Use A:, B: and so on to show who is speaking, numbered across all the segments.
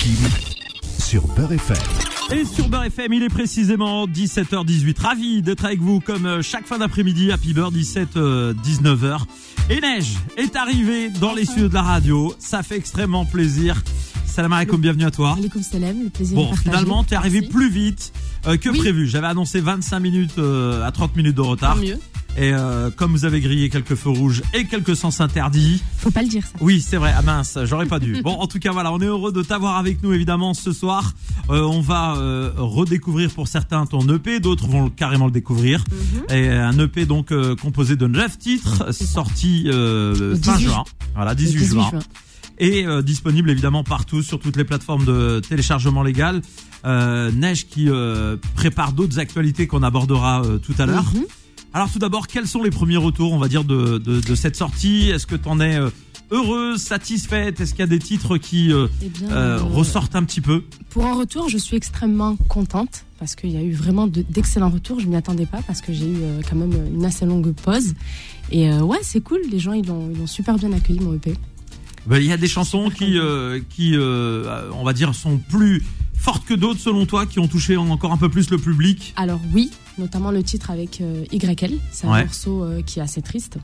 A: Kim sur Beurre FM.
B: Et sur Beurre FM, il est précisément 17h18. Ravi d'être avec vous comme euh, chaque fin d'après-midi, Happy Bird, 17-19h. Et Neige est arrivée dans les studios de la radio. Ça fait extrêmement plaisir. Salam alaikum, bienvenue à toi.
C: Alaikum salam, le plaisir
B: Bon, finalement, t'es arrivé
C: Merci.
B: plus vite euh, que
C: Oui.
B: prévu. J'avais annoncé 25 minutes euh, à 30 minutes de retard.
C: mieux.
B: Et euh, comme vous avez grillé quelques feux rouges et quelques sens interdits,
C: Faut pas le dire ça.
B: oui, c'est vrai. Ah mince, j'aurais pas dû. Bon, en tout cas, voilà, on est heureux de t'avoir avec nous, évidemment, ce soir. Euh, on va euh, redécouvrir pour certains ton EP, d'autres vont le- carrément le découvrir.
C: Mhm.
B: Et un EP donc euh, composé de 9 titres, sorti euh, fin
C: 18.
B: juin. Voilà, 18,
C: Le
B: juin. Et euh, disponible évidemment partout sur toutes les plateformes de téléchargement légal. Euh, Neige qui euh, prépare d'autres actualités qu'on abordera euh, tout à l'heure.
C: Mhm.
B: Alors tout d'abord, quels sont les premiers retours, on va dire, de, de, de cette sortie Est-ce que t'en es euh, heureuse, satisfaite Est-ce qu'il y a des titres qui euh,
C: Eh bien,
B: euh,
C: euh,
B: ressortent un petit peu
C: Pour un retour, je suis extrêmement contente parce qu'il y a eu vraiment de- d'excellents retours. Je m'y attendais pas parce que j'ai eu euh, quand même une assez longue pause. Et euh, ouais, c'est cool. Les gens, ils l'ont ils l'ont super bien accueilli, mon E EP.
B: Ben, Il y a des chansons qui, euh, qui euh, on va dire, sont plus fortes que d'autres selon toi, qui ont touché encore un peu plus le public.
C: Alors oui, notamment le titre avec euh, YL, c'est un
B: Ouais.
C: morceau euh, qui est assez triste.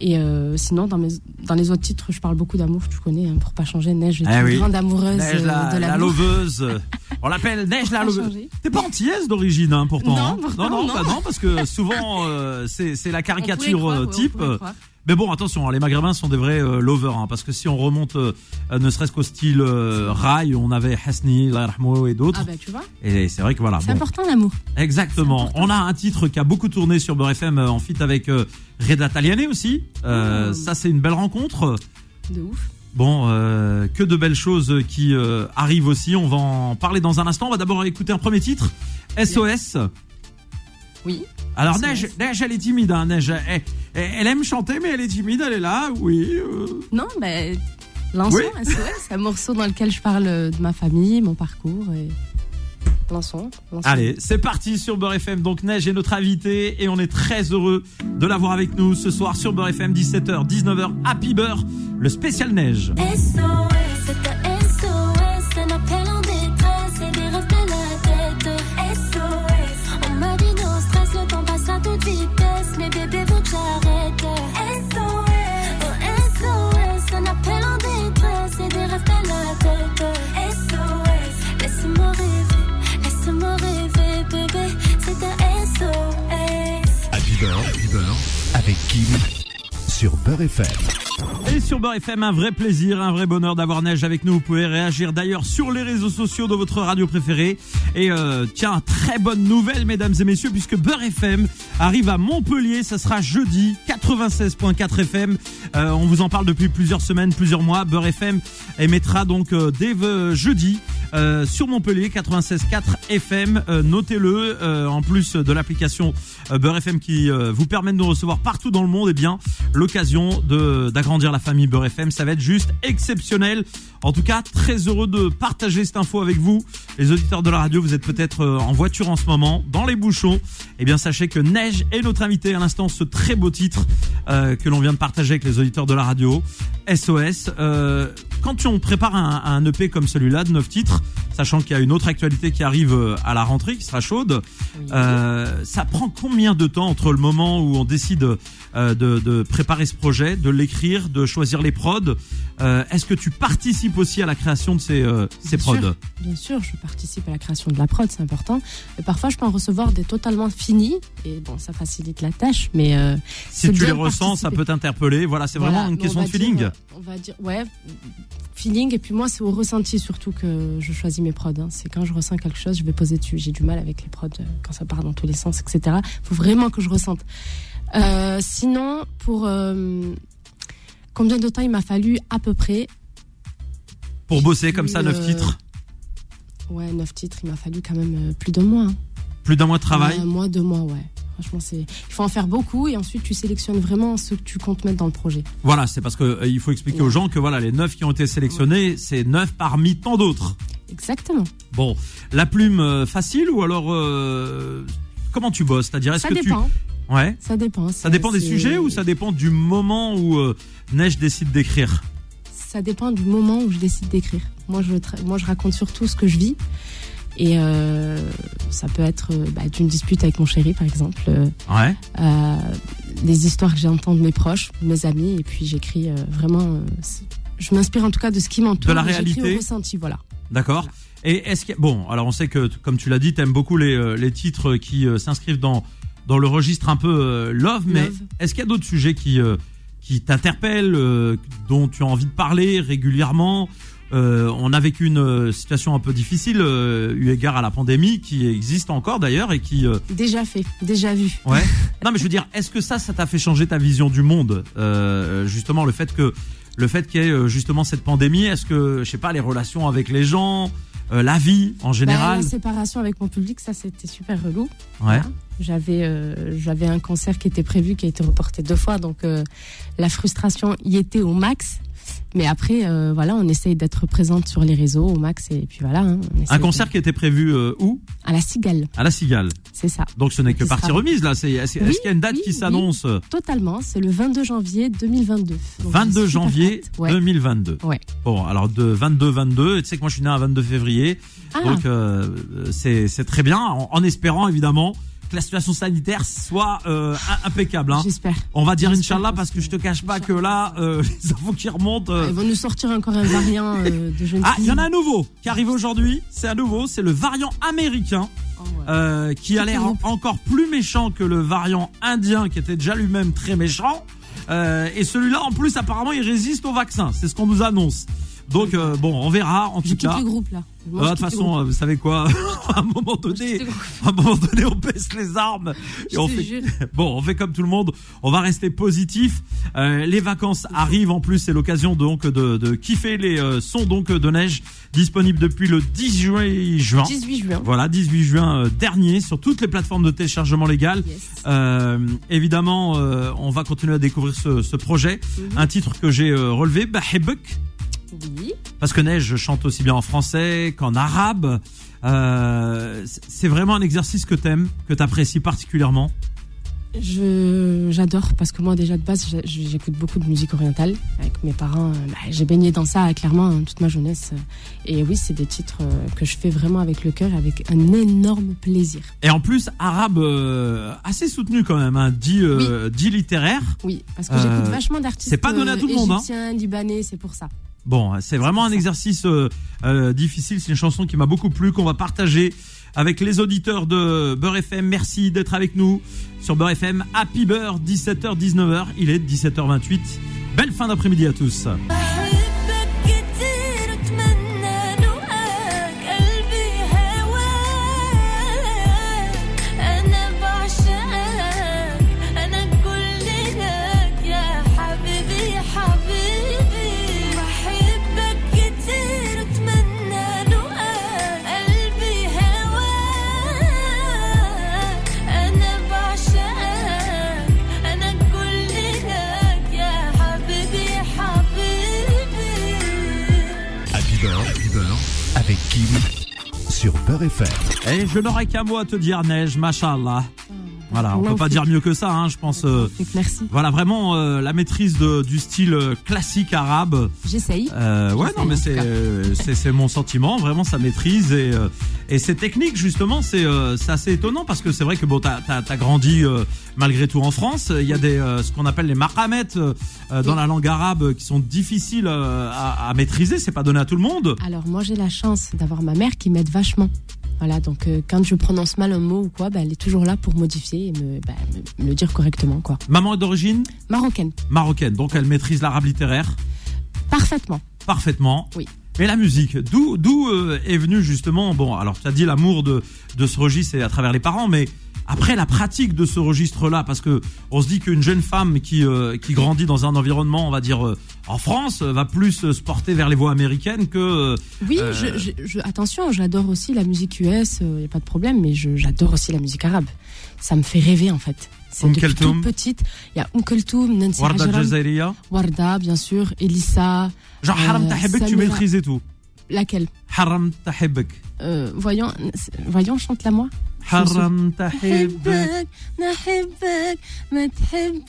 C: Et euh, sinon, dans, mes, dans les autres titres, je parle beaucoup d'amour, tu connais, hein, pour pas changer. Neige est
B: Ah
C: une
B: oui.
C: grande amoureuse
B: Neige
C: euh,
B: la,
C: de
B: la
C: l'amour.
B: loveuse. On l'appelle Neige la
C: Pas
B: loveuse.
C: changer.
B: T'es pas antillaise d'origine, hein, pourtant.
C: Non,
B: hein.
C: pourtant,
B: non,
C: non.
B: bah non, parce que souvent euh, c'est c'est la
C: On pourrait
B: caricature
C: croire,
B: euh,
C: ouais, on
B: type.
C: pourrait croire.
B: Mais bon, attention, hein, les Maghrébins sont des vrais euh, lovers, hein, parce que si on remonte, euh, euh, ne serait-ce qu'au style euh, rail, on avait Hasni, Rahmo et d'autres.
C: Ah bah tu vois,
B: Et c'est vrai que voilà.
C: c'est
B: bon.
C: important l'amour.
B: Exactement. On a un titre qui a beaucoup tourné sur Beurre FM euh, en feat avec euh, Reda Taliané aussi. Euh,
C: Mm.
B: Ça, c'est une belle rencontre.
C: De ouf.
B: Bon, euh, que de belles choses qui euh, arrivent aussi. On va en parler dans un instant. On va d'abord écouter un premier titre, SOS.
C: Oui.
B: Alors
C: SOS.
B: Neige, Neige, elle est timide. Hein, Neige, elle, elle- elle aime chanter, mais elle est timide. Elle est là. Oui. euh,
C: Non, bah, lançons
B: Oui.
C: SOS, un morceau dans lequel je parle euh, de ma famille, mon parcours. Et... Lançons, lançons.
B: Allez, c'est parti sur Beurre FM. Donc Neige est notre invité et on est très heureux de l'avoir avec nous ce soir sur Beurre FM 17h, 19h, Happy Beurre, le spécial Neige.
D: SOS, c'est un SOS, un appel en détresse et des rêves plein la tête. SOS, on m'a dit non stress, le temps passe à toute vitesse, mais bébé faut que j'arrête. SOS, oh SOS, un appel en détresse et des rêves plein la tête. SOS, laisse-moi rêver, laisse-moi rêver bébé, c'est un SOS.
A: Happy Bird, Happy Bird, avec Kim sur Beurre FM.
B: Et sur Beurre FM, un vrai plaisir, un vrai bonheur d'avoir Neige avec nous. Vous pouvez réagir d'ailleurs sur les réseaux sociaux de votre radio préférée. Et euh, tiens, très bonne nouvelle, mesdames et messieurs, puisque Beurre FM arrive à Montpellier. Ça sera jeudi, 96.4 FM. Euh, on vous en parle depuis plusieurs semaines, plusieurs mois. Beurre FM émettra donc euh, dès euh, jeudi euh, sur Montpellier 96.4 FM. Euh, Notez-le. euh, en plus de l'application euh, Beurre FM qui euh, vous permet de nous recevoir partout dans le monde, et bien l'occasion de d'agrandir la famille Beurre FM. Ça va être juste exceptionnel. En tout cas, très heureux de partager cette info avec vous, les auditeurs de la radio. Vous êtes peut-être euh, en voiture en ce moment, dans les bouchons. Eh bien, sachez que Neige est notre invité à l'instant. Ce très beau titre euh, que l'on vient de partager avec les auditeurs de la radio. SOS. Euh, quand on prépare un, un EP comme celui-là de 9 titres, sachant qu'il y a une autre actualité qui arrive euh, à la rentrée, qui sera chaude,
C: Oui.
B: euh, ça prend combien de temps entre le moment où on décide euh, de, de préparer ce projet, de l'écrire, de choisir les prods Euh, Est-ce que tu participes aussi à la création de ces, euh, ces
C: Bien sûr.
B: prods
C: Bien sûr, je participe à la création de la prod, c'est important. Et parfois, je peux en recevoir des totalement finis, et bon, ça facilite la tâche, mais euh,
B: Si
C: C'est
B: tu
C: bien
B: les
C: de
B: ressens, ça
C: participer.
B: peut t'interpeller. Voilà, c'est vraiment
C: voilà.
B: une
C: Mais
B: question
C: on
B: de
C: va
B: feeling.
C: dire, euh, on va dire, ouais, feeling, et puis moi, c'est au ressenti surtout que je choisis mes prods. hein. C'est quand je ressens quelque chose, je vais poser dessus. J'ai du mal avec les prods, euh, quand ça part dans tous les sens, etc. faut vraiment que je ressente. Euh, sinon, pour. euh, Combien de temps il m'a fallu à peu près
B: Pour bosser comme ça,
C: Euh,
B: 9 titres,
C: Ouais, neuf titres, il m'a fallu quand même euh, plus de mois. hein.
B: plus d'un mois de travail.
C: Un mois, deux mois, ouais. Franchement, c'est. Il faut en faire beaucoup et ensuite tu sélectionnes vraiment ce que tu comptes mettre dans le projet.
B: Voilà, c'est parce que euh, il faut expliquer
C: Ouais.
B: aux gens que voilà, les 9 qui ont été sélectionnés, c'est 9 parmi tant d'autres.
C: Exactement.
B: Bon, la plume euh, facile ou alors euh, comment tu bosses C'est-à-dire Ah, est-ce
C: Ça
B: que
C: dépend. hein.
B: tu Ouais.
C: ça dépend. hein.
B: Ça dépend des sujets ou ça dépend du moment où euh, Neige décide d'écrire
C: ça dépend du moment où je décide d'écrire. Moi je, tra- moi, je raconte surtout ce que je vis. Et euh, ça peut être euh, bah, d'une dispute avec mon chéri, par exemple, euh,
B: Ouais.
C: euh, les histoires que j'entends de mes proches, de mes amis, et puis j'écris euh, vraiment. euh, c'est- je m'inspire en tout cas de ce qui m'entoure.
B: De la
C: et J'écris
B: réalité.
C: au ressenti, voilà.
B: D'accord. Et est-ce que bon, alors on sait que t- comme tu l'as dit, t'aimes beaucoup les, euh, les titres qui euh, s'inscrivent dans dans le registre un peu euh, love, mais
C: Love.
B: est-ce qu'il y a d'autres sujets qui euh, qui t'interpellent, euh, dont tu as envie de parler régulièrement Euh, On a vécu une euh, situation un peu difficile euh, eu égard à la pandémie qui existe encore d'ailleurs et qui euh,
C: Déjà fait, déjà vu.
B: Ouais. Non, mais je veux dire, est-ce que ça, ça t'a fait changer ta vision du monde Euh, Justement, le fait que, le fait qu'il y ait euh, justement cette pandémie, est-ce que, je sais pas, les relations avec les gens, euh, la vie en général
C: Bah, la séparation avec mon public, ça c'était super relou.
B: Ouais.
C: J'avais euh, j'avais un concert qui était prévu, qui a été reporté deux fois, donc euh, la frustration y était au max. Mais après, euh, voilà, on essaye d'être présente sur les réseaux au max, et puis voilà. hein, on essaye
B: Un
C: de-
B: concert qui était prévu euh, où
C: à la cigale,
B: À la Cigale.
C: c'est ça.
B: Donc ce n'est que
C: Qui
B: partie
C: sera-
B: remise là. C'est, est-ce, est-ce
C: Oui,
B: qu'il y a une date
C: oui,
B: qui
C: oui.
B: s'annonce euh,
C: Totalement, c'est le 22 janvier 2022. Donc,
B: 22
C: j'ai super
B: janvier
C: hâte. Ouais.
B: 2022.
C: Ouais.
B: Bon, alors de 22-22, tu sais que moi je suis né un 22 février.
C: Ah,
B: Donc euh, c'est c'est très bien, en, en espérant évidemment que la situation sanitaire soit euh, im- impeccable. Hein.
C: Ah, j'espère.
B: On va dire
C: J'espère
B: Inch'Allah
C: parce
B: parce que
C: que-
B: je te cache pas que là, euh, les infos qui remontent. euh,
C: Ils vont nous sortir encore un variant euh, de jeune
B: Ah, il y
C: fille.
B: en a un nouveau qui arrive aujourd'hui. C'est un nouveau, c'est le variant américain
C: Oh, ouais.
B: euh, qui a
C: Tout
B: l'air
C: est
B: en- encore plus méchant que le variant indien qui était déjà lui-même très méchant. Euh, et celui-là, en plus, apparemment, il résiste au vaccin. C'est ce qu'on nous annonce. Donc euh, bon, on verra en
C: Je
B: tout
C: quitte
B: cas.
C: le groupe là.
B: Euh,
C: Moi,
B: De toute
C: je quitte le
B: façon,
C: groupe.
B: euh, vous savez quoi À un moment
C: Je quitte
B: donné,
C: le groupe,
B: à un moment donné, on baisse les armes et
C: je
B: on
C: te
B: fait
C: jure.
B: Bon, on fait comme tout le monde, on va rester positif. Euh, les vacances arrivent en plus, c'est l'occasion donc de, de kiffer les euh, sons donc de neige disponibles depuis le 18 juin.
C: 18 juin.
B: Voilà, 18 juin euh, dernier sur toutes les plateformes de téléchargement légal.
C: Yes.
B: Euh, évidemment, euh, on va continuer à découvrir ce, ce projet. Un titre que j'ai euh, relevé, Bahebuk,
C: Oui.
B: parce que Neige chante aussi bien en français qu'en arabe. Euh, c'est- c'est vraiment un exercice que t'aimes, que t'apprécies particulièrement.
C: Je j'adore parce que moi déjà de base j'a- j'écoute beaucoup de musique orientale avec mes parents. euh, bah, J'ai baigné dans ça clairement hein, toute ma jeunesse. Et oui, c'est des titres euh, que je fais vraiment avec le cœur, et avec un énorme plaisir.
B: Et en plus, arabe euh, assez soutenu quand même, hein, dit, euh, dit littéraire.
C: Oui, parce que
B: Euh,
C: j'écoute vachement d'artistes.
B: c'est pas donné à
C: euh,
B: tout le monde, hein.
C: égyptiens, libanais, c'est pour ça.
B: Bon, c'est vraiment un exercice euh, euh, difficile. C'est une chanson qui m'a beaucoup plu, qu'on va partager avec les auditeurs de Beurre FM. Merci d'être avec nous sur Beurre FM. Happy Beurre, 17h, 19h. Il est 17h28. Belle fin d'après-midi à tous.
D: بحبك كتير اتمنى نوقاك قلبي هواك انا بعشقك انا كل لك يا حبيبي حبيبي بحبك كتير اتمنى نوقاك قلبي هواك انا بعشقك انا كل لك يا حبيبي حبيبي
A: Happy Bird, avec Kim sur Beurre FM.
B: Et je n'aurai qu'un mot à te dire, Neige, machallah. Voilà, on
C: Là,
B: peut
C: on
B: pas
C: fait-
B: dire mieux que ça, hein, je pense. euh,
C: Donc merci.
B: voilà, vraiment euh, la maîtrise de- du style euh, classique arabe.
C: J'essaye.
B: Euh, ouais,
C: J'essaie,
B: non, mais
C: en tout
B: c'est
C: cas.
B: euh, c'est c'est mon sentiment. Vraiment, ça maîtrise et euh, et ces techniques justement, c'est euh, c'est assez étonnant parce que c'est vrai que bon, t'as t'as t'as grandi euh, malgré tout en France. Il y a des euh, ce qu'on appelle les maramettes euh, euh, dans
C: Oui.
B: la langue arabe euh, qui sont difficiles euh, à, à maîtriser. C'est pas donné à tout le monde.
C: Alors moi j'ai la chance d'avoir ma mère qui m'aide vachement. Voilà, donc euh, quand je prononce mal un mot ou quoi, bah, elle est toujours là pour modifier et me, bah, me- me le dire correctement quoi.
B: Maman est d'origine
C: Marocaine,
B: marocaine, donc elle maîtrise l'arabe littéraire
C: parfaitement.
B: parfaitement.
C: Oui.
B: Mais la musique, d'où d'où euh, est venu justement bon, alors tu as dit l'amour de de ce registre et à travers les parents, mais après la pratique de ce registre-là, parce que on se dit qu'une jeune femme qui euh, qui grandit dans un environnement, on va dire euh, en France, euh, va plus euh, se porter vers les voies américaines que euh,
C: Oui,
B: Euh,
C: je, je- je- attention, j'adore aussi la musique US, il n'y a pas de problème, mais je- j'adore aussi la musique arabe. Ça me fait rêver en fait. C'est
B: Oum
C: depuis
B: Kalthoum.
C: toute petite. Il y a Oum Kalthoum, Nancy
B: Warda
C: Hajaram,
B: Jazairiya.
C: Warda, bien sûr, Elissa,
B: Genre
C: Euh,
B: Haram Tahebek, tu
C: Samira.
B: maîtrisais tout.
C: laquelle
B: Haram Tahebek.
C: Euh, Voyons, c'est- voyons, chante-la moi.
B: Haram tahib.
C: نحبك نحبك ما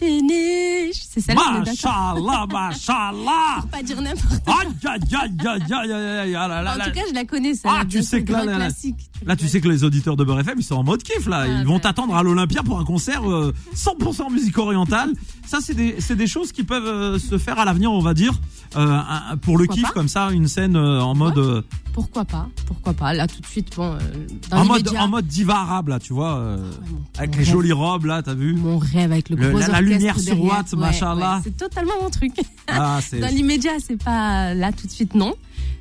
C: تحبنيش سي سالم
B: Machallah, machallah.
C: pas dire n'importe quoi.
B: Aïe, aïe, aïe, aïe, aïe, aïe, aïe, aïe, ah là, là,
C: En
B: là.
C: tout cas, je la connais ça.
B: Ah,
C: la
B: tu
C: chanson
B: sais que là,
C: grand
B: là, là.
C: classique.
B: Là, tu sais que les auditeurs de Beurre FM, ils sont en mode kiff, là.
C: Ah,
B: Ils vont
C: bah.
B: t'attendre à l'Olympia pour un concert euh, 100% musique orientale. Ça, c'est des, c'est des choses qui peuvent euh, se faire à l'avenir, on va dire, euh, un- pour le
C: Pourquoi
B: kiff,
C: pas
B: comme ça, une scène euh, en mode, euh,
C: Pourquoi pas Pourquoi pas Là, tout de suite, bon. euh, dans
B: en mode,
C: l'immédiat.
B: en mode diva arabe, là, tu vois, euh,
C: Ouais, mon-
B: avec
C: mon
B: les
C: rêve.
B: jolies robes, là, t'as vu.
C: Mon rêve avec le,
B: Le-
C: gros
B: la- la
C: orchestre
B: lumière sur
C: derrière.
B: Watt, machallah.
C: c'est totalement mon truc.
B: Ah, c'est,
C: Dans l'immédiat, c'est pas là tout de suite, non.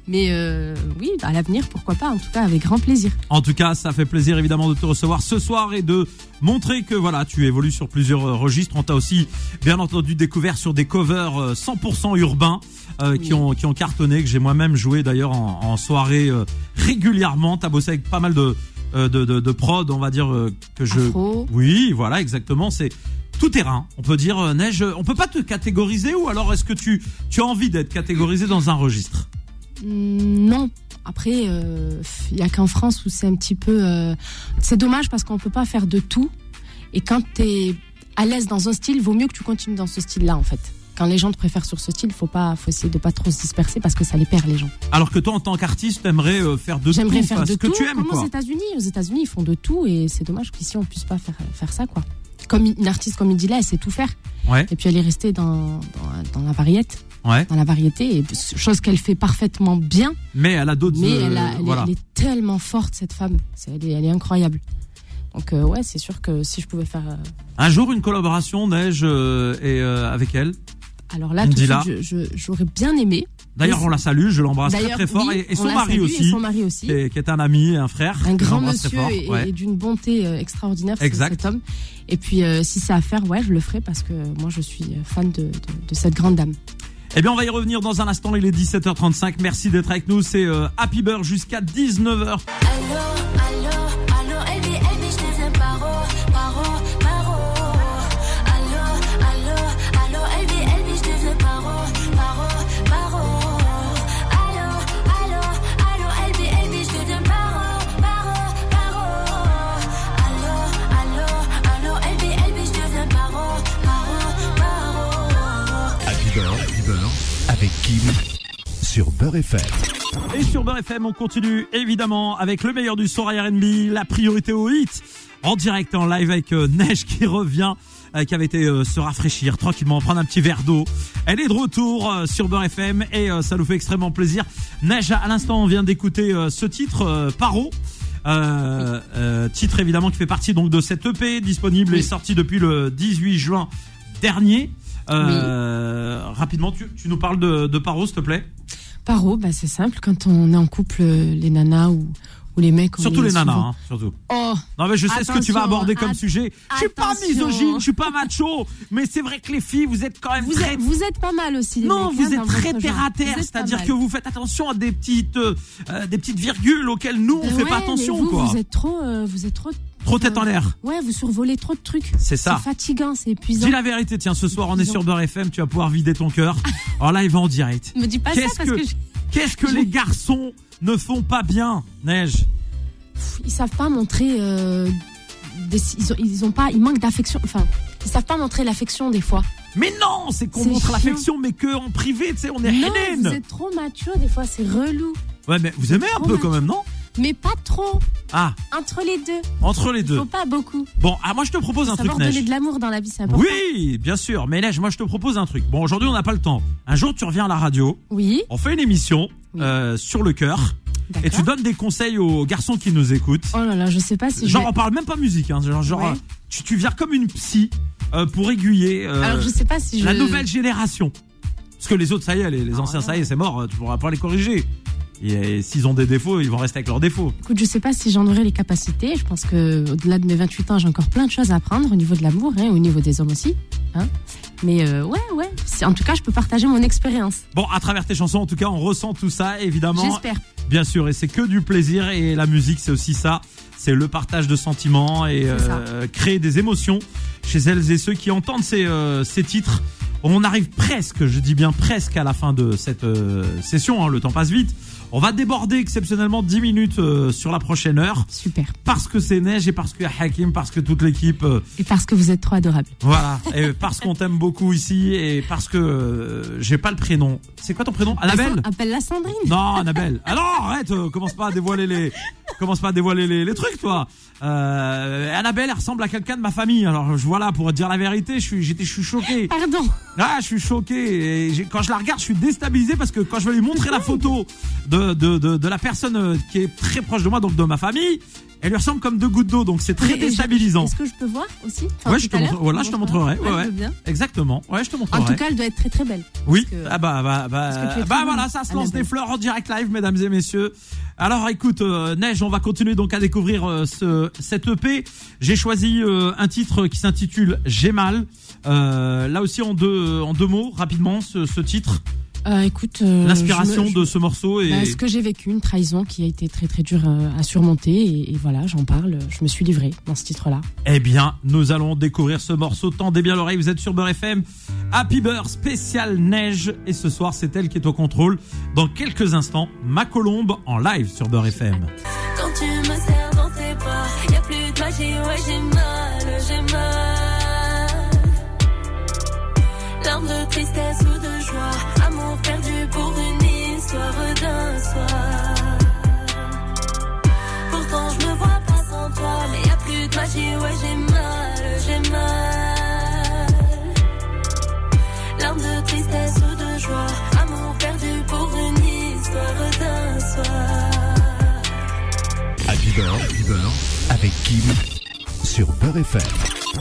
C: Mais euh, oui, à l'avenir, pourquoi pas En tout cas, avec grand plaisir.
B: En tout cas, ça fait plaisir évidemment de te recevoir ce soir et de montrer que voilà, tu évolues sur plusieurs euh, registres. On t'a aussi bien entendu découvert sur des covers euh, 100% urbains euh, qui
C: Oui.
B: ont qui ont cartonné, que j'ai moi-même joué d'ailleurs en, en soirée euh, régulièrement. T'as bossé avec pas mal de euh, de, de, de prod, on va dire euh, que je.
C: Afro.
B: Oui, voilà, exactement. C'est tout terrain. On peut dire euh, neige. On peut pas te catégoriser ou alors est-ce que tu tu as envie d'être catégorisé dans un registre
C: Hmm, Non. Après, il n'y a qu'en France où c'est un petit peu. euh, c'est dommage parce qu'on peut pas faire de tout. Et quand tu es à l'aise dans un style, vaut mieux que tu continues dans ce style-là, en fait. Quand les gens te préfèrent sur ce style, faut pas, faut essayer de pas trop se disperser parce que ça les perd les gens.
B: Alors que toi, en tant qu'artiste, t'aimerais euh, faire de
C: J'aimerais
B: tout,
C: faire
B: enfin,
C: de
B: ce que
C: tout.
B: tu aimes,
C: comme
B: quoi.
C: aux États-Unis, aux États-Unis, ils font de tout et c'est dommage qu'ici on puisse pas faire faire ça, quoi. Comme une artiste comme Idila, elle sait tout faire.
B: Ouais.
C: Et puis elle est restée dans, dans, dans la variété,
B: Ouais.
C: dans la variété, et chose qu'elle fait parfaitement bien.
B: Mais elle a d'autres.
C: Mais
B: euh,
C: elle, a- elle est-
B: voilà.
C: elle est tellement forte, cette femme. C'est- Elle est, elle est incroyable. Donc, euh, ouais, c'est sûr que si je pouvais faire. euh,
B: Un jour, une collaboration Neige euh, et euh, avec elle.
C: Alors là, tout de
B: Ndila.
C: suite, je- je- j'aurais bien aimé.
B: D'ailleurs,
C: Oui.
B: on la salue, je l'embrasse très
C: D'ailleurs,
B: très fort
C: oui,
B: et, et
C: on
B: son
C: la
B: mari
C: salue,
B: aussi,
C: Et son mari aussi.
B: Qui, est, qui est un ami, un frère.
C: Un
B: que
C: grand
B: j'embrasse
C: monsieur
B: très
C: et,
B: fort. ouais.
C: et d'une bonté euh, extraordinaire, c'est
B: Exact.
C: cet homme. Et puis, euh, si c'est à faire, ouais, je le ferai parce que moi, je suis fan de, de- de cette grande dame.
B: Eh bien, on va y revenir dans un instant. Il est 17h35. Merci d'être avec nous. C'est euh, Happy Bird jusqu'à 19h.
D: Allô, allô, allô, Elbi, Elbi, je les aime paro, paro, paro. Allô, allô, allô, Elbi, Elbi, je les aime paro, paro, paro. Allô, allô, allô, Elbi, Elbi, je les aime paro, paro, paro. Allô, allô, allô, Elbi, Elbi, je les aime paro, paro, paro.
A: Happy Bird, Happy Bird, avec Kim sur Beurre FM.
B: Et sur Beurre FM, on continue évidemment avec le meilleur du son et R&B, la priorité au hit, en direct en live avec euh, Neige qui revient, euh, qui avait été euh, se rafraîchir tranquillement, prendre un petit verre d'eau. Elle est de retour euh, sur Beurre FM et euh, ça nous fait extrêmement plaisir. Neige, à l'instant, on vient d'écouter euh, ce titre, euh, Paro. Euh, euh, titre évidemment qui fait partie donc de cette EP disponible et
C: Oui.
B: sorti depuis le 18 juin dernier. Euh, Rapidement, tu, tu nous parles de, de Paro, s'il te plaît.
C: Paro, bah, c'est simple, quand on est en couple, euh, les nanas ou, ou les mecs. on
B: Surtout
C: est
B: les nanas,
C: souvent-
B: hein, surtout.
C: Oh,
B: Non mais je sais ce que tu vas
C: Attention,
B: aborder comme
C: att-
B: sujet. Je suis pas
C: attention.
B: misogyne, je suis pas macho, mais c'est vrai que les filles, vous êtes quand même
C: vous
B: très
C: êtes, vous êtes pas mal aussi. les
B: non,
C: mecs,
B: vous
C: hein,
B: êtes
C: dans
B: très
C: votre
B: terre
C: genre.
B: à terre,
C: Vous êtes pas
B: c'est-à-dire
C: mal.
B: que vous faites attention à des petites, euh, euh, des petites virgules auxquelles nous on fait
C: Ouais,
B: pas
C: mais
B: attention
C: vous,
B: quoi.
C: Vous êtes trop, euh, vous êtes trop,
B: Trop tête en l'air.
C: ouais, vous survolez trop de trucs.
B: C'est ça.
C: C'est fatigant, c'est
B: Dis
C: épuisant.
B: la vérité, tiens, ce soir on est sur Beurre FM, tu vas pouvoir vider ton cœur. Alors là, il va en direct.
C: Me dis pas ça
B: Qu'est-ce
C: parce
B: que-
C: que, je-
B: Qu'est-ce que les garçons ne font pas bien, Neige
C: Pff, ils savent pas montrer euh, des- ils, ont, ils ont pas ils manquent d'affection enfin ils savent pas montrer l'affection des fois
B: Mais non, c'est qu'on
C: C'est
B: montre
C: chiant.
B: l'affection, mais que en privé, tu sais, on est
C: non
B: Hélène.
C: vous êtes trop mature des fois c'est relou
B: Ouais, mais vous aimez un
C: trop
B: peu quand
C: macho.
B: même, non
C: mais pas trop
B: Ah,
C: entre les deux
B: entre les
C: il
B: deux.
C: faut pas beaucoup
B: Bon, ah, moi je te propose un truc,
C: savoir donner
B: Neige.
C: de l'amour dans la vie c'est important
B: Oui, bien sûr. Mais Neige, moi je te propose un truc. Bon, aujourd'hui on n'a pas le temps. Un jour tu reviens à la radio,
C: oui
B: on fait une émission
C: Oui.
B: euh, sur le cœur et tu
C: d'accord
B: donnes des conseils aux garçons qui nous écoutent.
C: oh là là je sais pas si je
B: genre,
C: vais-
B: on parle même pas musique. Hein. Genre, genre
C: Ouais.
B: euh, tu, tu viens comme une psy euh, pour aiguiller euh,
C: alors je sais pas si je
B: la nouvelle génération. Parce que les autres, ça y est, les, les
C: Ah,
B: anciens,
C: ouais.
B: ça y est, c'est mort. euh, Tu pourras pas les corriger. Et, euh, s'ils ont des défauts, ils vont rester avec leurs défauts.
C: écoute je sais pas si j'en aurai les capacités je pense que au-delà de mes 28 ans j'ai encore plein de choses à apprendre au niveau de l'amour hein, au niveau des hommes aussi hein. mais euh, ouais ouais C'est- en tout cas je peux partager mon expérience
B: Bon, à travers tes chansons, en tout cas, on ressent tout ça, évidemment.
C: j'espère
B: Bien sûr, et c'est que du plaisir et la musique c'est aussi ça, c'est le partage de sentiments et
C: C'est ça.
B: euh, créer des émotions chez celles et ceux qui entendent ces, euh, ces titres. On arrive presque, je dis bien presque à la fin de cette euh, session, hein, le temps passe vite. On va déborder exceptionnellement 10 minutes euh, sur la prochaine heure.
C: Super.
B: Parce que c'est neige et parce que Hakim, parce que toute l'équipe. euh,
C: Et parce que vous êtes trop adorable.
B: voilà. Et parce qu'on t'aime beaucoup ici et parce que euh, j'ai pas le prénom. C'est quoi ton prénom Annabelle
C: Appelle-la Sandrine.
B: Non, Annabelle. Alors, arrête, euh, commence pas à dévoiler les, commence pas à dévoiler les, les trucs, toi. Euh, Annabelle, elle ressemble à quelqu'un de ma famille. Alors, je vois là pour te dire la vérité, je suis, j'étais, je suis choqué.
C: Pardon.
B: Ah, je suis choqué. Et j'ai- quand je la regarde, je suis déstabilisé parce que quand je vais lui montrer la photo de, de, de, de la personne euh, qui est très proche de moi, donc de ma famille, elle lui ressemble comme deux gouttes d'eau. Donc, c'est très
C: Et je-
B: déstabilisant.
C: Est-ce que je peux voir aussi
B: Ouais, je
C: tout
B: te
C: à
B: montre-
C: l'heure,
B: voilà, je te montrerai, ouais,
C: je
B: ouais.
C: veux bien.
B: Exactement. Ouais, je te
C: En
B: montrerai.
C: tout cas, elle doit être très très belle.
B: Oui.
C: Parce que-
B: Ah bah bah bah,
C: parce que tu es
B: bah
C: très
B: voilà,
C: bonne,
B: ça se lance
C: Annabelle.
B: des fleurs en direct live, mesdames et messieurs. Alors écoute, euh, Neige, on va continuer donc à découvrir euh, ce, cette EP. J'ai choisi euh, un titre qui s'intitule J'ai mal. Euh, là aussi en deux en deux mots rapidement ce, ce titre,
C: Euh, écoute, euh,
B: l'inspiration
C: je me-
B: de ce morceau et
C: Bah, ce que j'ai vécu, une trahison qui a été très très dure euh, à surmonter et, et voilà, j'en parle, je me suis livrée dans ce titre-là.
B: Eh bien, nous allons découvrir ce morceau. Tendez bien l'oreille, vous êtes sur Beurre FM. Happy Beurre spécial neige. Et ce soir, c'est elle qui est au contrôle. Dans quelques instants, ma colombe en live sur Beurre FM.
D: Quand tu me serres dans tes bras, y a plus de magie, ouais j'ai mal, j'ai mal. Larmes de tristesse ou de joie, amour perdu pour une histoire d'un soir. Pourtant je me vois pas sans toi, mais y a plus de magie, ouais j'ai mal, j'ai mal. Larmes de tristesse ou de joie, amour perdu pour une histoire d'un soir.
A: Happy Beurre, Happy Beurre, avec Kim sur Beurre FM.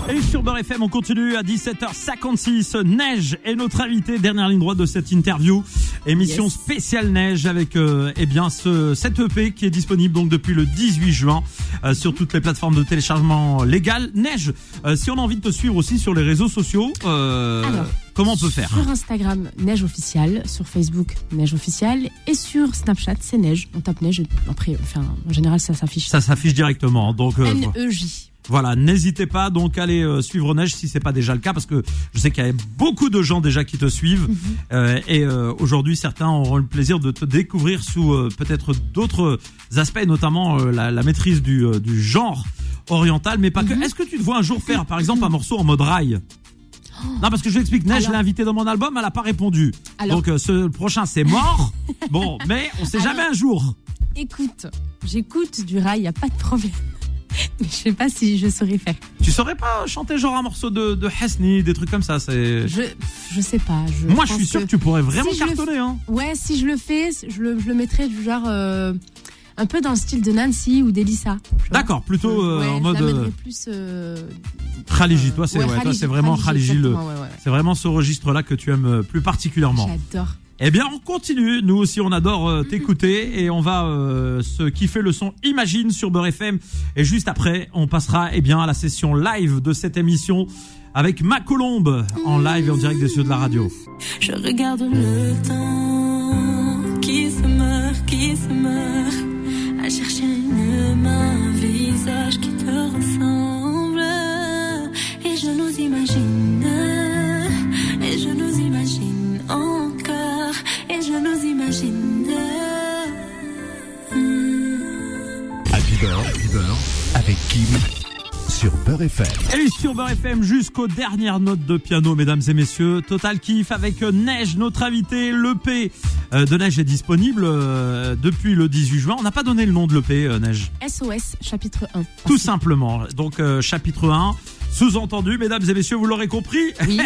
B: Et sur Beurre FM, on continue à 17h56. Neige est notre invité. Dernière ligne droite de cette interview. Émission
C: Yes.
B: spéciale neige avec euh, eh bien ce, cette EP qui est disponible donc depuis le 18 juin euh, sur toutes les plateformes de téléchargement légal. Neige, euh, si on a envie de te suivre aussi sur les réseaux sociaux, euh,
C: Alors,
B: comment on peut faire
C: Sur Instagram, Neige Officielle, sur Facebook, Neige Officielle et sur Snapchat, c'est Neige. On tape Neige, après, enfin, en général, ça s'affiche. E
B: Ça s'affiche directement. Donc euh,
C: N-E-J.
B: Voilà, n'hésitez pas donc à aller euh, suivre Neige si c'est pas déjà le cas parce que je sais qu'il y a beaucoup de gens déjà qui te suivent
C: Mhm.
B: Euh, et euh, aujourd'hui certains auront le plaisir de te découvrir sous euh, peut-être d'autres aspects notamment euh, la, la maîtrise du, euh, du genre oriental mais pas
C: Mhm.
B: que. Est-ce que tu te vois un jour faire par exemple un morceau en mode rail non parce que je vous explique, Neige
C: Oh. Alors-
B: l'a invité dans mon album, elle a pas répondu.
C: Alors-
B: Donc euh, ce prochain c'est mort. bon, mais on sait
C: Alors-
B: jamais un jour.
C: Écoute, j'écoute du rail, y a pas de problème. Mais je sais pas si je saurais faire.
B: Tu saurais pas chanter genre un morceau de, de Hasni, des trucs comme ça. C'est
C: Je, je sais pas. Je
B: Moi, je
C: pense
B: suis sûr que, tu pourrais vraiment
C: si je le
B: cartonner. Hein.
C: Ouais, si je le fais, je le, je le mettrais du genre euh, un peu dans le style de Nancy ou d'Elissa. tu vois.
B: D'accord, plutôt euh,
C: Ouais,
B: en
C: je
B: mode
C: la mettrais
B: euh,
C: plus. euh,
B: Khaliji.
C: euh,
B: Toi, c'est ouais, toi,
C: Khaliji,
B: c'est vraiment Khaliji. le-
C: exactement, ouais, ouais, ouais.
B: C'est vraiment ce registre-là que tu aimes euh, plus particulièrement.
C: J'adore.
B: Eh bien, on continue. Nous aussi, on adore euh, t'écouter et on va euh, se kiffer le son Imagine sur Beurre FM. Et juste après, on passera eh bien à la session live de cette émission avec Ma Colombe en live et en direct des yeux de la radio.
D: Je regarde le temps qui se meurt, qui se meurt, à chercher une main, un visage qui te ressemble. Et je nous imagine, et je nous imagine encore, et je nous imagine.
A: Happy Beurre, Happy Beurre, avec Kim sur Beurre FM.
B: Et sur Beurre FM jusqu'aux dernières notes de piano, mesdames et messieurs. Total kiff avec euh, Neige, notre invité. L'EP euh, de Neige est disponible euh, depuis le 18 juin. On n'a pas donné le nom de l'EP, euh, Neige.
C: SOS, chapitre 1.
B: Tout simplement. Donc, euh, chapitre 1. Sous-entendu, mesdames et messieurs, vous l'aurez compris.
C: Oui,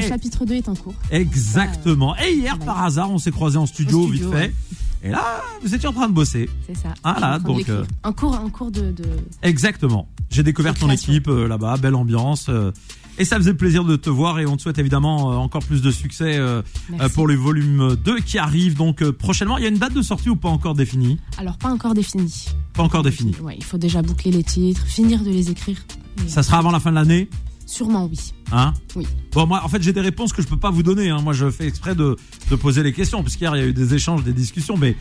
C: le chapitre 2 est en cours.
B: Exactement. Et hier,
C: Ouais.
B: par hasard, on s'est croisés en studio,
C: Au studio,
B: vite fait.
C: ouais.
B: Et là, vous étiez en train de bosser.
C: C'est ça.
B: Ah
C: Je suis
B: là,
C: en train de
B: donc,
C: l'écrire.
B: euh,
C: En cours, en cours de. de...
B: Exactement. J'ai découvert
C: De
B: ton
C: création.
B: équipe euh, là-bas, belle ambiance. euh, et ça faisait plaisir de te voir et on te souhaite évidemment euh, encore plus de succès euh, euh,
C: Merci.
B: pour le volume 2 qui arrive donc euh, prochainement. Il y a une date de sortie ou pas encore définie
C: Alors, pas encore défini.
B: Pas encore définie.
C: Ouais, il faut déjà boucler les titres, finir de les écrire. Et
B: Ça sera avant la fin de l'année
C: Sûrement, oui.
B: Hein
C: Oui.
B: Bon, moi, en fait, j'ai des réponses que je peux pas vous donner. hein. Moi, je fais exprès de, de poser les questions, parce qu'hier, il y a eu des échanges, des discussions. Mais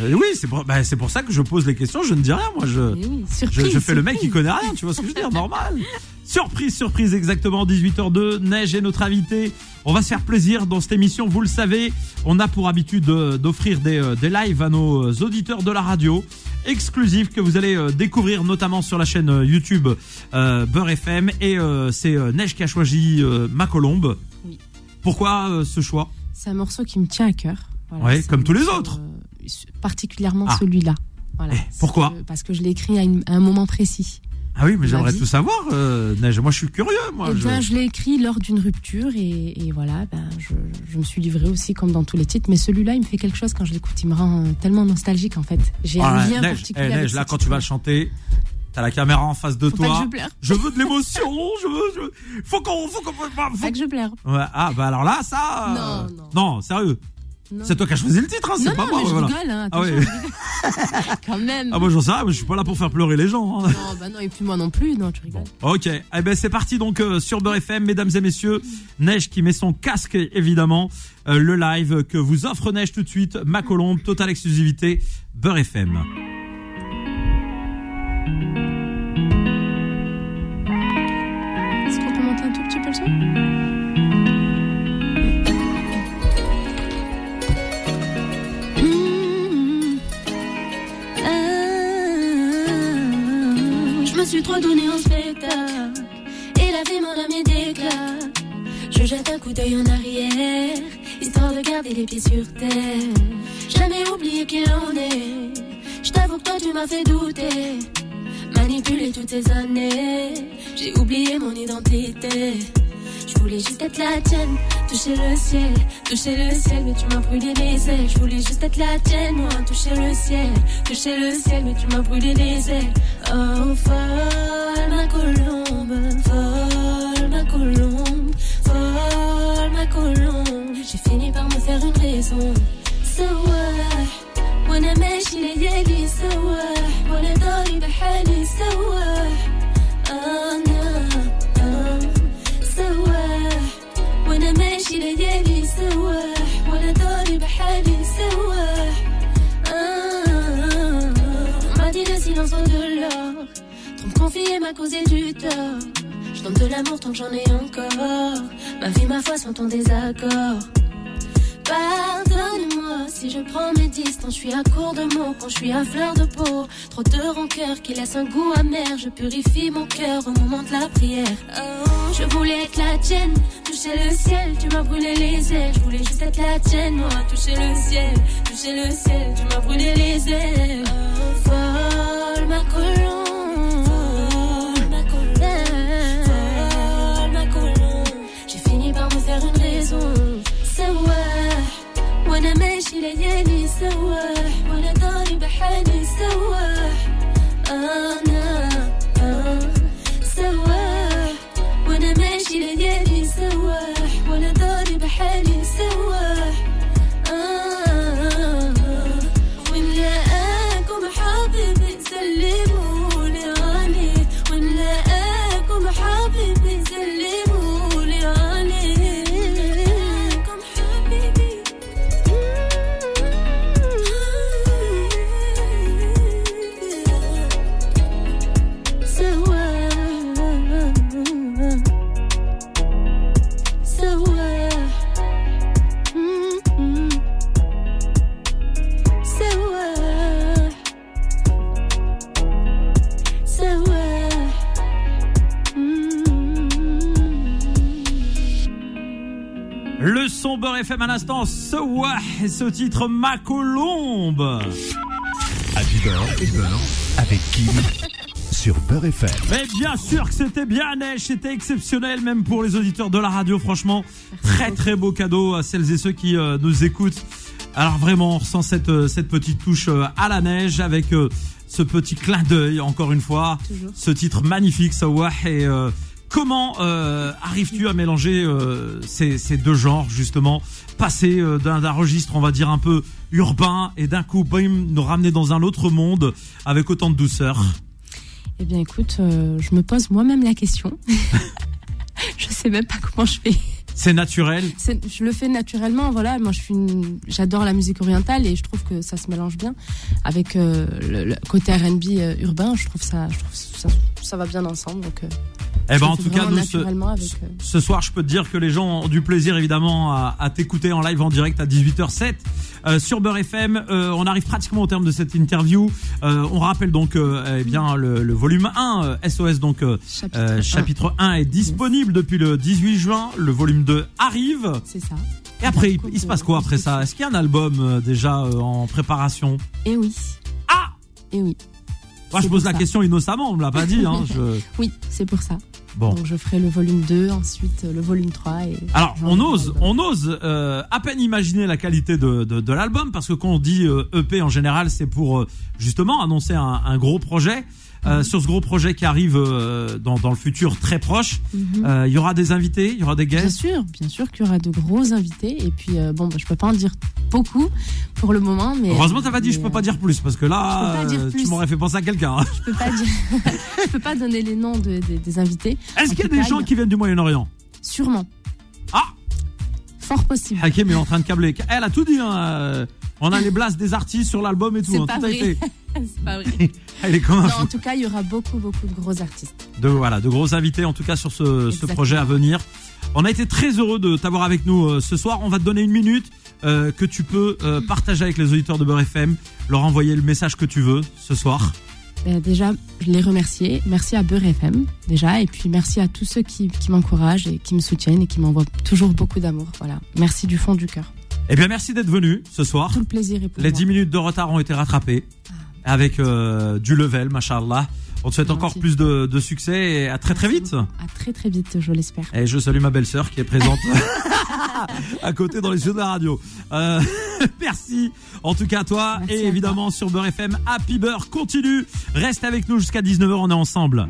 B: euh, oui, c'est pour, bah, c'est pour ça que je pose les questions. Je ne dis rien, moi. Je,
C: Mais Eh oui,
B: Euh, je,
C: surprise.
B: je fais le mec qui
C: surprise.
B: connaît rien, tu vois ce que je veux dire, normal. Surprise, surprise, exactement, 18h02, Neige est notre invité. On va se faire plaisir dans cette émission, vous le savez. On a pour habitude euh, d'offrir des, euh, des lives à nos auditeurs de la radio, exclusifs que vous allez euh, découvrir notamment sur la chaîne euh, YouTube euh, Beurre FM. Et euh, c'est euh, Neige qui a choisi euh, Ma Colombe.
C: Oui.
B: Pourquoi euh, ce choix
C: C'est un morceau qui me tient à cœur. Voilà,
B: Ouais,
C: c'est un
B: comme tous les
C: morceau,
B: autres.
C: euh, su- particulièrement
B: Ah.
C: celui-là. Voilà.
B: Eh, pourquoi
C: C'est que- Parce que je l'ai écrit à, une- à un moment précis.
B: Ah oui, mais j'aimerais
C: vie.
B: tout savoir, euh, Neige. Moi, je suis curieux, moi.
C: eh
B: je-
C: bien, je l'ai écrit lors d'une rupture et, et voilà, ben, je, je me suis livrée aussi comme dans tous les titres. Mais celui-là, il me fait quelque chose quand je l'écoute. Il me rend euh, tellement nostalgique en fait. J'ai
B: Ah,
C: un lien
B: Neige,
C: particulier.
B: eh,
C: avec
B: Neige,
C: ce
B: là, quand
C: titre.
B: tu vas le chanter, t'as la caméra en face de
C: Faut
B: toi.
C: pas que je pleure.
B: Je veux de l'émotion, je veux, je veux- Faut qu'on, faut qu'on, faut-
C: Faut pas que je pleure.
B: Ouais, ah bah alors là, ça.
C: Non, non.
B: sérieux.
C: Non.
B: C'est toi qui as choisi le titre, hein, c'est
C: Non,
B: pas
C: non,
B: moi.
C: mais je
B: voilà.
C: rigole, hein,
B: Ah ouais.
C: attention, je rigole. Quand même.
B: Ah moi j'en sais rien, mais je suis pas là pour faire pleurer les gens. hein.
C: Non, bah non, et puis moi non plus, non, tu rigoles.
B: Ok, eh ben c'est parti donc euh, sur Beurre FM, mesdames et messieurs. Neige qui met son casque évidemment. Euh, le live que vous offre Neige tout de suite, ma colombe, totale exclusivité, Beurre FM.
C: Est-ce qu'on peut monter un tout petit peu le son
D: Je me suis trop donné en spectacle Et la vie m'en a mis des claques Je jette un coup d'œil en arrière Histoire de garder les pieds sur terre Jamais oublié qui on est Je t'avoue que toi tu m'as fait douter Manipuler toutes ces années J'ai oublié mon identité Je voulais juste être la tienne Toucher le ciel, toucher le ciel Mais tu m'as brûlé les ailes Je voulais juste être la tienne Moi, toucher le ciel, toucher le ciel Mais tu m'as brûlé les ailes Oh, folle ma colombe Folle ma colombe Folle ma colombe J'ai fini par me faire une raison So what وانا ماشي ليالي سوا ولا ضاري بحالي سوا Oh, انا آه، سوا وانا ماشي ليالي سوا ولا ضاري بحالي سوا آه، on Oh, m'a dit le silence vaut de l'or. Trop me confier m'a causé du tort. Je tente de l'amour tant que j'en ai encore. Ma vie, ma foi sont en désaccord. Pardonne-moi si je prends mes distances, je suis à court de mots quand je suis à fleur de peau. Trop de rancœur qui laisse un goût amer, je purifie mon cœur au moment de la prière. Oh, je voulais être la tienne, toucher le ciel, tu m'as brûlé les ailes. Je voulais juste être la tienne, moi, toucher le ciel, toucher le ciel, tu m'as brûlé les ailes. Oh, folle ma colombe, folle ma colombe, folle ma colombe. J'ai fini par me faire une raison. سوا وانا ماشي ليالي سوا وانا داري بحالي سوا انا آه، سوا وانا ماشي ليالي سوا وانا داري بحالي سوا آه، ونلاقاكم حبيبي سلمولي عليه ونلاقاكم حبيبي سلمولي عليه ونلاقاكم حبيبي سوا سوا Mm-mm. سوا uh, سوا uh, mm-hmm.
B: Le son Beurre FM à l'instant, ce wah, et ce titre ma colombe.
A: Happy Beurre, avec Kim sur Beurre FM.
B: Mais bien sûr que c'était bien, Neige, c'était exceptionnel, même pour les auditeurs de la radio, franchement. Très très beau cadeau à celles et ceux qui euh, nous écoutent. Alors vraiment, on ressent cette, euh, cette petite touche euh, à la neige avec euh, ce petit clin d'œil, encore une fois.
C: Toujours.
B: Ce titre magnifique, Sawah. Et euh, comment euh, arrives-tu à mélanger euh, ces, ces deux genres, justement Passer euh, d'un d'un registre, on va dire, un peu urbain, et d'un coup, bim, nous ramener dans un autre monde avec autant de douceur.
C: Eh bien, écoute, euh, je me pose moi-même la question. je sais même pas comment je fais.
B: C'est naturel.
C: C'est- Je le fais naturellement, voilà. Moi, je suis, une- j'adore la musique orientale et je trouve que ça se mélange bien avec euh, le, le côté R&B euh, urbain. Je trouve ça, je trouve ça, ça va bien ensemble. Donc, euh,
B: Eh ben,
C: je le
B: en
C: fais
B: tout cas,
C: vraiment
B: nous, ce,
C: naturellement avec. euh,
B: ce soir, je peux te dire que les gens ont du plaisir, évidemment, à, à t'écouter en live, en direct à 18h07 euh, sur Beurre FM. Euh, on arrive pratiquement au terme de cette interview. Euh, on rappelle donc, euh, eh bien, le, le volume 1 euh, SOS, donc euh,
C: chapitre
B: euh,
C: un.
B: chapitre 1 est disponible depuis le 18 juin. Le volume 2 arrive.
C: C'est ça.
B: Et après, il, il se passe quoi après ça Est-ce qu'il y a un album euh, déjà euh, en préparation
C: Et oui.
B: Ah
C: Et oui.
B: Moi, je
C: C'est
B: pose
C: pour
B: la
C: ça.
B: question innocemment, on me l'a pas dit. Hein, je...
C: Oui, c'est pour ça.
B: Bon.
C: Donc, je ferai le volume 2, ensuite euh, le volume 3 et.
B: Alors,
C: j'en
B: on
C: ferai
B: ose,
C: l'album.
B: on ose euh, à peine imaginer la qualité de, de, de l'album, parce que quand on dit euh, EP en général, c'est pour euh, justement annoncer un, un gros projet. Euh, Sur ce gros projet qui arrive euh, dans, dans le futur très proche,
C: Mhm.
B: euh, il y aura des invités, il y aura des
C: Bien
B: guests.
C: sûr, bien sûr qu'il y aura de gros invités. Et puis, euh, bon, bah, je peux pas en dire beaucoup pour le moment, mais.
B: Heureusement, t'as pas dit,
C: mais,
B: je peux
C: euh,
B: pas dire plus, parce que là,
C: Je peux pas dire
B: euh, tu
C: plus.
B: m'aurais fait penser à quelqu'un. hein.
C: Je peux pas dire. je peux pas donner les noms de- de- des invités.
B: Est-ce qu'il y a des
C: Occupy.
B: gens qui viennent du Moyen-Orient
C: Sûrement.
B: Ah
C: Fort possible.
B: Hakim est en train de câbler. Elle a tout dit. hein, euh, On a les blasts des artistes sur l'album et tout.
C: C'est
B: hein,
C: pas
B: tout a
C: vrai.
B: été.
C: C'est pas vrai.
B: Elle est comme un
C: Non,
B: fou.
C: en tout cas, il y aura beaucoup, beaucoup de gros artistes.
B: de voilà de gros invités en tout cas sur ce, ce
C: Exactement.
B: projet à venir. On a été très heureux de t'avoir avec nous euh, ce soir. On va te donner une minute euh, que tu peux euh, partager avec les auditeurs de Beurre FM, leur envoyer le message que tu veux ce soir.
C: Euh, déjà, je les remercier. Merci à Beurre FM, déjà. Et puis, merci à tous ceux qui, qui m'encouragent et qui me soutiennent et qui m'envoient toujours beaucoup d'amour. Voilà. Merci du fond du cœur.
B: Eh bien, merci d'être venu ce soir.
C: Tout le plaisir est pour
B: Les
C: moi.
B: 10 minutes de retard ont été rattrapées avec euh, du level, machallah. On te souhaite
C: Ah. C'est
B: encore
C: gentil.
B: plus de, de succès et à très très
C: Merci
B: vite.
C: beaucoup. À très, très vite, je l'espère.
B: Et je salue ma belle-sœur qui est présente à côté dans les studios de la radio. Euh, merci en tout cas à toi
C: Merci à
B: et
C: toi.
B: évidemment sur Beurre FM. Happy Beurre continue. Reste avec nous jusqu'à 19h, on est ensemble.